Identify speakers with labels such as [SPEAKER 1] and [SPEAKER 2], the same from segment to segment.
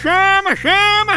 [SPEAKER 1] chama, chama!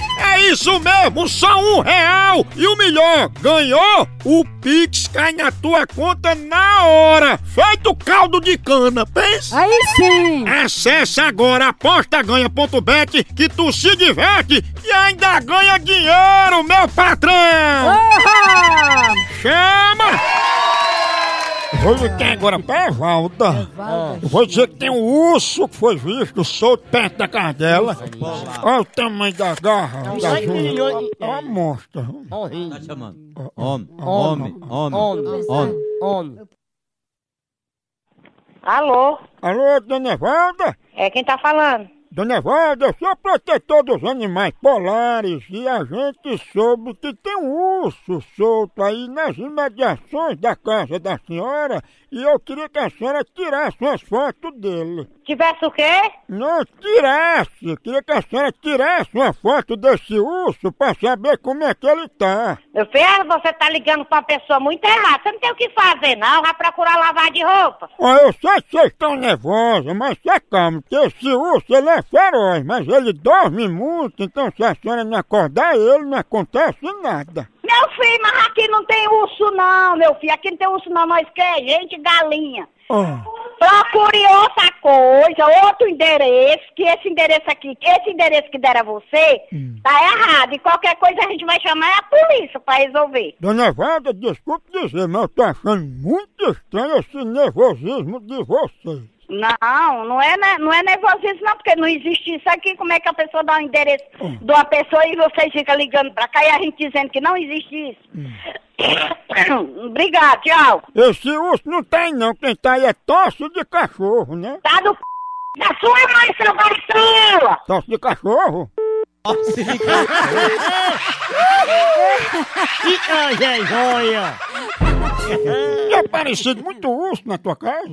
[SPEAKER 1] É isso mesmo, só um real! E o melhor, ganhou? O Pix cai na tua conta na hora! Feito caldo de cana, pensa!
[SPEAKER 2] Aí sim!
[SPEAKER 1] Acesse agora apostaganha.bet que tu se diverte e ainda ganha dinheiro, meu patrão!
[SPEAKER 2] Oba!
[SPEAKER 1] Chama! Vou ligar agora pra Evalda. Eu Vou dizer que tem um urso que foi visto solto perto da casa dela. Olha o tamanho da garra. Da
[SPEAKER 3] Ai,
[SPEAKER 1] Júlia.
[SPEAKER 3] milhões.
[SPEAKER 1] É uma monstra.
[SPEAKER 3] Homem,
[SPEAKER 4] Homem,
[SPEAKER 1] homem,
[SPEAKER 4] homem, homem, homem.
[SPEAKER 3] homem.
[SPEAKER 5] Alô?
[SPEAKER 1] Alô, dona Evalda?
[SPEAKER 5] É quem tá falando?
[SPEAKER 1] Dona Evalda, eu sou protetor dos animais polares e a gente soube que tem um urso solto aí nas imediações da casa da senhora e eu queria que a senhora tirasse umas fotos dele.
[SPEAKER 5] Tivesse o quê?
[SPEAKER 1] Não tirasse! Eu Queria que a senhora tirasse uma foto desse urso pra saber como é que ele tá.
[SPEAKER 5] Meu filho, você tá ligando pra uma pessoa muito errada. Você não tem o que fazer, não. Vai procurar lavar de roupa.
[SPEAKER 1] Ó, eu sei que vocês estão nervosos, mas se acalme, porque esse urso ele é feroz, mas ele dorme muito, então se a senhora não acordar ele, não acontece nada.
[SPEAKER 5] Meu filho, mas aqui não tem urso, não, meu filho. Aqui não tem urso, não. Nós quer gente e galinha.
[SPEAKER 1] Ah,
[SPEAKER 5] Procure outra coisa, outro endereço, que esse endereço aqui, que esse endereço que deram a você, tá errado. E qualquer coisa a gente vai chamar a polícia pra resolver.
[SPEAKER 1] Dona Evalda, desculpe dizer, mas eu tô achando muito estranho esse nervosismo de vocês.
[SPEAKER 5] Não, não é, ne- não é nervosismo, não, porque não existe isso aqui. Como é que a pessoa dá o endereço de uma pessoa e vocês ficam ligando pra cá e a gente dizendo que não existe isso? Obrigado, tchau.
[SPEAKER 1] Esse urso não tem não, quem tá aí é tosse de cachorro, né?
[SPEAKER 5] Tá do p... da sua mãe, seu vacila!
[SPEAKER 1] Tosse de cachorro?
[SPEAKER 3] Que coisa é joia!
[SPEAKER 1] Tem aparecido É muito urso na tua casa?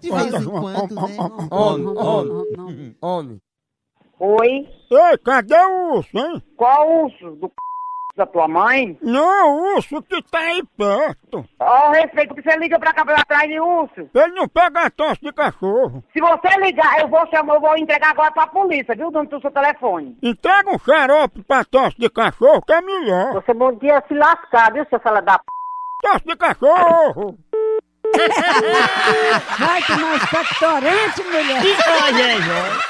[SPEAKER 6] De vez em quando, né?
[SPEAKER 3] Homem, homem,
[SPEAKER 2] Não, não.
[SPEAKER 3] homem.
[SPEAKER 7] Oi,
[SPEAKER 1] Ei, cadê o urso, hein?
[SPEAKER 7] qual uso do c... da tua mãe?
[SPEAKER 1] Não, é o urso que tá aí perto.
[SPEAKER 7] Ó, o respeito que você liga pra cá pra atrás de urso.
[SPEAKER 1] Pra ele não pega a tosse de cachorro.
[SPEAKER 7] Se você ligar, eu vou chamar, eu vou entregar agora pra polícia, viu, dono do seu telefone.
[SPEAKER 1] Entrega um xarope pra tosse de cachorro que é melhor.
[SPEAKER 7] Você bom dia se lascar, viu, seu fala da p...
[SPEAKER 1] Tosse de cachorro!
[SPEAKER 2] Vai tomar um expectorante, mulher!
[SPEAKER 3] Que coisa é joia!